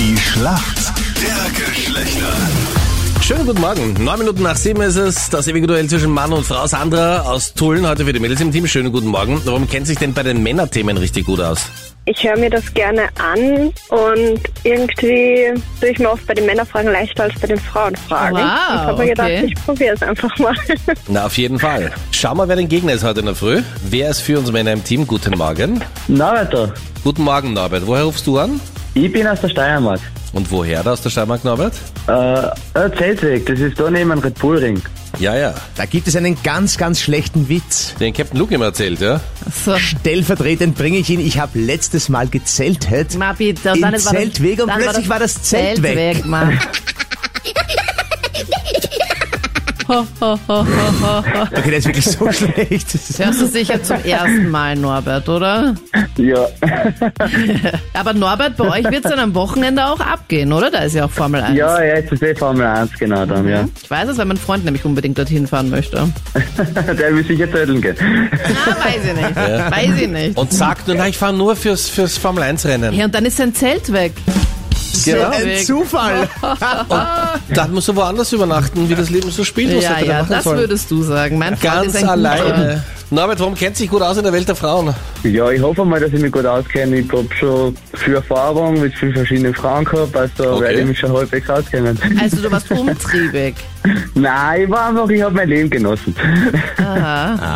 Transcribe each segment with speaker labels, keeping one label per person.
Speaker 1: Schlacht der Geschlechter.
Speaker 2: Schönen guten Morgen. Neun Minuten nach sieben ist es, das ewige Duell zwischen Mann und Frau. Sandra aus Tulln, heute für die Mädels im Team. Schönen guten Morgen. Warum kennt sich denn bei den Männerthemen richtig gut aus?
Speaker 3: Ich höre mir das gerne an und irgendwie tue ich mir oft bei den Männerfragen leichter als bei den Frauenfragen.
Speaker 4: Wow,
Speaker 3: ich habe mir gedacht,
Speaker 4: okay.
Speaker 3: ich probiere es einfach mal.
Speaker 2: Na, auf jeden Fall. Schau mal, wer dein Gegner ist heute in der Früh. Wer ist für uns Männer im Team? Guten Morgen.
Speaker 5: Norberto,
Speaker 2: Guten Morgen, Norbert. Woher rufst du an?
Speaker 5: ich bin aus der Steiermark.
Speaker 2: Und woher da aus der Steiermark, Norbert?
Speaker 5: Äh, äh, Zeltweg, das ist da neben dem Red Bull Ring.
Speaker 2: Ja, ja.
Speaker 6: Da gibt es einen ganz, ganz schlechten Witz.
Speaker 2: Den Captain Luke immer erzählt, ja?
Speaker 4: So.
Speaker 6: Stellvertretend bringe ich ihn. Ich habe letztes Mal gezeltet.
Speaker 4: Ma bitte.
Speaker 6: Im
Speaker 4: dann war das-
Speaker 6: Zeltweg und
Speaker 4: dann
Speaker 6: plötzlich war das Zelt weg.
Speaker 4: Ma. ho, ho, ho, ho, ho.
Speaker 6: Okay, der ist wirklich so schlecht. Das ist-
Speaker 4: Hörst du sicher zum ersten Mal, Norbert, oder?
Speaker 5: Ja.
Speaker 4: Aber Norbert, bei euch wird es dann am Wochenende auch abgehen, oder? Da ist ja auch Formel 1.
Speaker 5: Ja, ja, jetzt ist eh Formel 1 genau dann,
Speaker 2: Mhm.
Speaker 5: ja.
Speaker 4: Ich weiß es, weil mein Freund nämlich unbedingt dorthin fahren möchte.
Speaker 5: Der will sicher zödeln gehen.
Speaker 4: Na, weiß ich nicht. Weiß ich nicht.
Speaker 2: Und sagt nur, na, ich fahre nur fürs, fürs Formel-1-Rennen.
Speaker 4: Ja, und dann ist sein Zelt weg.
Speaker 2: Genau.
Speaker 4: Zelt
Speaker 6: Ein
Speaker 4: weg.
Speaker 6: Zufall.
Speaker 2: Dann musst du woanders übernachten, wie das Leben so spiellos
Speaker 4: Ja,
Speaker 2: hätte er
Speaker 4: ja,
Speaker 2: machen
Speaker 4: das
Speaker 2: sollen.
Speaker 4: würdest du sagen. Mein Freund
Speaker 2: Ganz
Speaker 4: ist ein Guter.
Speaker 2: alleine. Norbert, warum kennt sich gut aus in der Welt der Frauen?
Speaker 5: Ja, ich hoffe mal, dass ich mich gut auskenne. Ich hab schon viel Erfahrung mit vielen verschiedenen Frauen gehabt, also
Speaker 2: Okay.
Speaker 5: werde ich mich schon halbwegs auskennen.
Speaker 4: Also du warst umtriebig.
Speaker 5: Nein, ich war einfach, ich hab mein Leben genossen.
Speaker 2: Ah.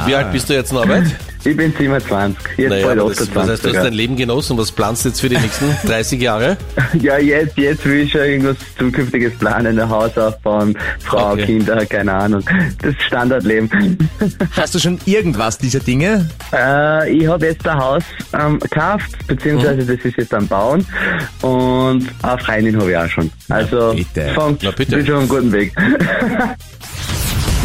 Speaker 2: Wie alt bist du jetzt, Norbert?
Speaker 5: Ich bin 27, jetzt
Speaker 2: Naja,
Speaker 5: bald
Speaker 2: aber das, was heißt,
Speaker 5: 28.
Speaker 2: du hast dein
Speaker 5: ja.
Speaker 2: Leben genossen. Was planst du jetzt für die nächsten 30 Jahre?
Speaker 5: ja, jetzt, jetzt will ich schon irgendwas Zukünftiges planen, ein Haus aufbauen, Frau,
Speaker 2: Okay.
Speaker 5: Kinder, keine Ahnung. Das Standardleben.
Speaker 6: Hast du schon irgendwas dieser Dinge?
Speaker 5: Äh, ich habe jetzt ein Haus ähm, gekauft, beziehungsweise
Speaker 2: Mhm.
Speaker 5: das ist jetzt am Bauen. Und eine Freundin habe ich auch schon. Also
Speaker 6: bitte.
Speaker 5: fang-
Speaker 2: Na bitte.
Speaker 5: bin schon auf einem guten Weg.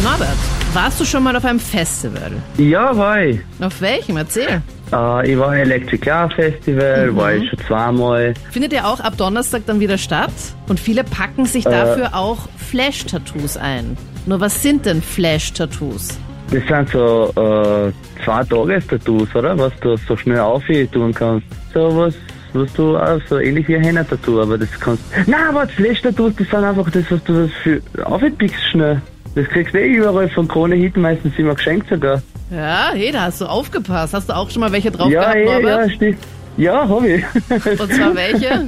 Speaker 4: Norbert, warst du schon mal auf einem Festival?
Speaker 5: ja, war ich.
Speaker 4: Auf welchem? Erzähl.
Speaker 5: Äh, ich war im Electric Car
Speaker 2: Mhm.
Speaker 5: Festival, war ich schon zweimal.
Speaker 4: Findet ja auch ab Donnerstag dann wieder statt und viele packen sich
Speaker 5: Äh.
Speaker 4: dafür auch Flash-Tattoos ein. Nur was sind denn Flash-Tattoos?
Speaker 5: Das sind so äh, zwei Tagestattoos, oder? Was du so schnell auftun kannst. So was, was du auch so ähnlich wie ein Henna-Tattoo, aber das kannst. Nein, was Flash-Tattoos, das sind einfach das, was du das für aufpickst schnell. Das kriegst du eh überall von Krone Hit meistens immer geschenkt sogar.
Speaker 4: Ja, hey, da hast du aufgepasst. Hast du auch schon mal welche drauf
Speaker 5: ja,
Speaker 4: gehabt,
Speaker 5: eh, ja,
Speaker 4: Norbert?
Speaker 5: stimmt. Ja, hab ich.
Speaker 4: Und zwar welche?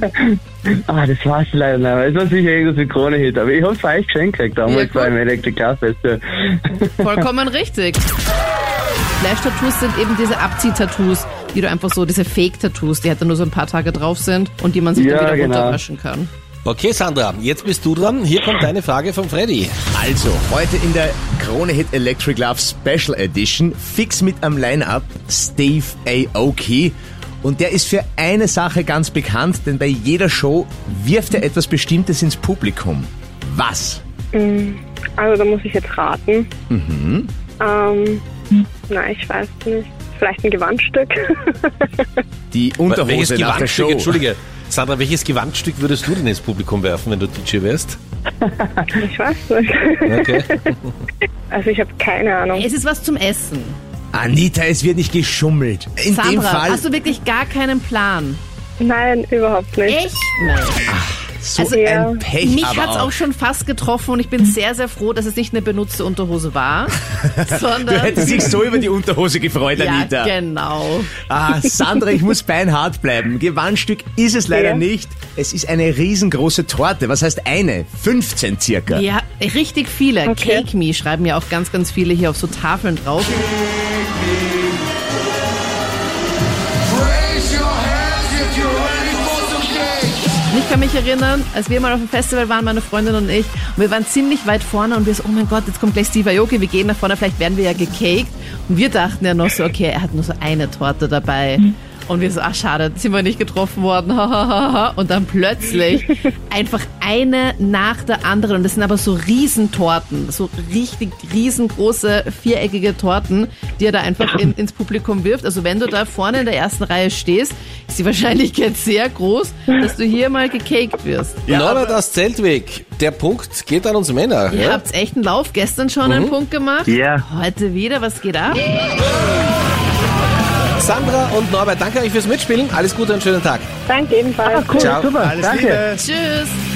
Speaker 5: ah, das weiß ich leider nicht. mehr. Es war sicher irgendwas mit Krone Hit, aber ich hab's für euch geschenkt gekriegt
Speaker 4: Ja,
Speaker 5: damals
Speaker 4: gut.
Speaker 5: beim Electric Car Festival.
Speaker 4: Vollkommen richtig. Flash-Tattoos sind eben diese Abzieh-Tattoos, die du einfach so, diese Fake-Tattoos, die halt dann nur so ein paar Tage drauf sind und die man sich
Speaker 5: Ja,
Speaker 4: dann wieder
Speaker 5: genau.
Speaker 4: runterwaschen kann.
Speaker 2: Okay, Sandra, jetzt bist du dran. Hier kommt deine Frage von Freddy.
Speaker 6: Also, heute in der Krone-Hit Electric Love Special Edition fix mit am Line-Up Steve Aoki. Und der ist für eine Sache ganz bekannt, denn bei jeder Show wirft er etwas Bestimmtes ins Publikum. Was?
Speaker 3: Also da muss ich jetzt raten. Ähm, nein, ich weiß nicht. Vielleicht ein Gewandstück.
Speaker 6: Die
Speaker 2: welches
Speaker 6: Unterhose nach der
Speaker 2: Gewandstück,
Speaker 6: Show.
Speaker 2: Entschuldige, Sandra, welches Gewandstück würdest du denn ins Publikum werfen, wenn du DJ wärst?
Speaker 3: ich weiß nicht.
Speaker 2: Okay.
Speaker 3: Also ich habe keine Ahnung.
Speaker 4: Es ist was zum Essen.
Speaker 6: Anita, es wird nicht geschummelt. In
Speaker 4: Sandra,
Speaker 6: dem Fall,
Speaker 4: hast du wirklich gar keinen Plan?
Speaker 3: Nein, überhaupt nicht.
Speaker 4: Echt nicht.
Speaker 6: so
Speaker 4: also,
Speaker 3: ja.
Speaker 6: ein Pech
Speaker 4: Mich
Speaker 6: aber
Speaker 4: hat's auch schon fast getroffen und ich bin sehr, sehr froh, dass es nicht eine benutzte Unterhose war,
Speaker 6: Du
Speaker 4: sondern...
Speaker 6: hättest dich so über die Unterhose gefreut,
Speaker 4: Ja,
Speaker 6: Anita.
Speaker 4: genau.
Speaker 6: Ah, Sandra, ich muss beinhart bleiben. Gewandstück ist es leider
Speaker 3: Ja.
Speaker 6: nicht. Es ist eine riesengroße Torte. Was heißt eine? 15 circa.
Speaker 4: Ja, richtig viele.
Speaker 3: Okay.
Speaker 4: Cake Me schreiben ja auch ganz, ganz viele hier auf so Tafeln drauf.
Speaker 7: Raise your hands if you're ready for some cake.
Speaker 4: Und Ich kann mich erinnern, als wir mal auf dem Festival waren, meine Freundin und ich, und wir waren ziemlich weit vorne und wir so, oh mein Gott, jetzt kommt gleich Steve Aoki, wir gehen nach vorne, vielleicht werden wir ja gecaked. Und wir dachten ja noch so, okay, er hat nur so eine Torte dabei. Und wir so, ach schade, sind wir nicht getroffen worden. ha, ha, ha, ha. und dann plötzlich einfach eine nach der anderen. Und das sind aber so Riesentorten, so richtig riesengroße, viereckige Torten, die er da einfach in, ins Publikum wirft. Also wenn du da vorne in der ersten Reihe stehst, ist die Wahrscheinlichkeit sehr groß, dass du hier mal gecaked wirst.
Speaker 2: Norbert aus Zeltweg, der Punkt geht an uns Männer.
Speaker 4: Ihr
Speaker 2: ja?
Speaker 4: habt echt einen Lauf. Gestern schon einen Punkt gemacht.
Speaker 5: Ja.
Speaker 4: Heute wieder, was geht ab?
Speaker 2: Sandra und Norbert, danke euch fürs Mitspielen. Alles Gute und schönen Tag.
Speaker 8: Danke ebenfalls.
Speaker 3: Cool,
Speaker 5: Ciao.
Speaker 3: super,
Speaker 5: Alles
Speaker 3: danke.
Speaker 5: Liebe.
Speaker 4: Tschüss.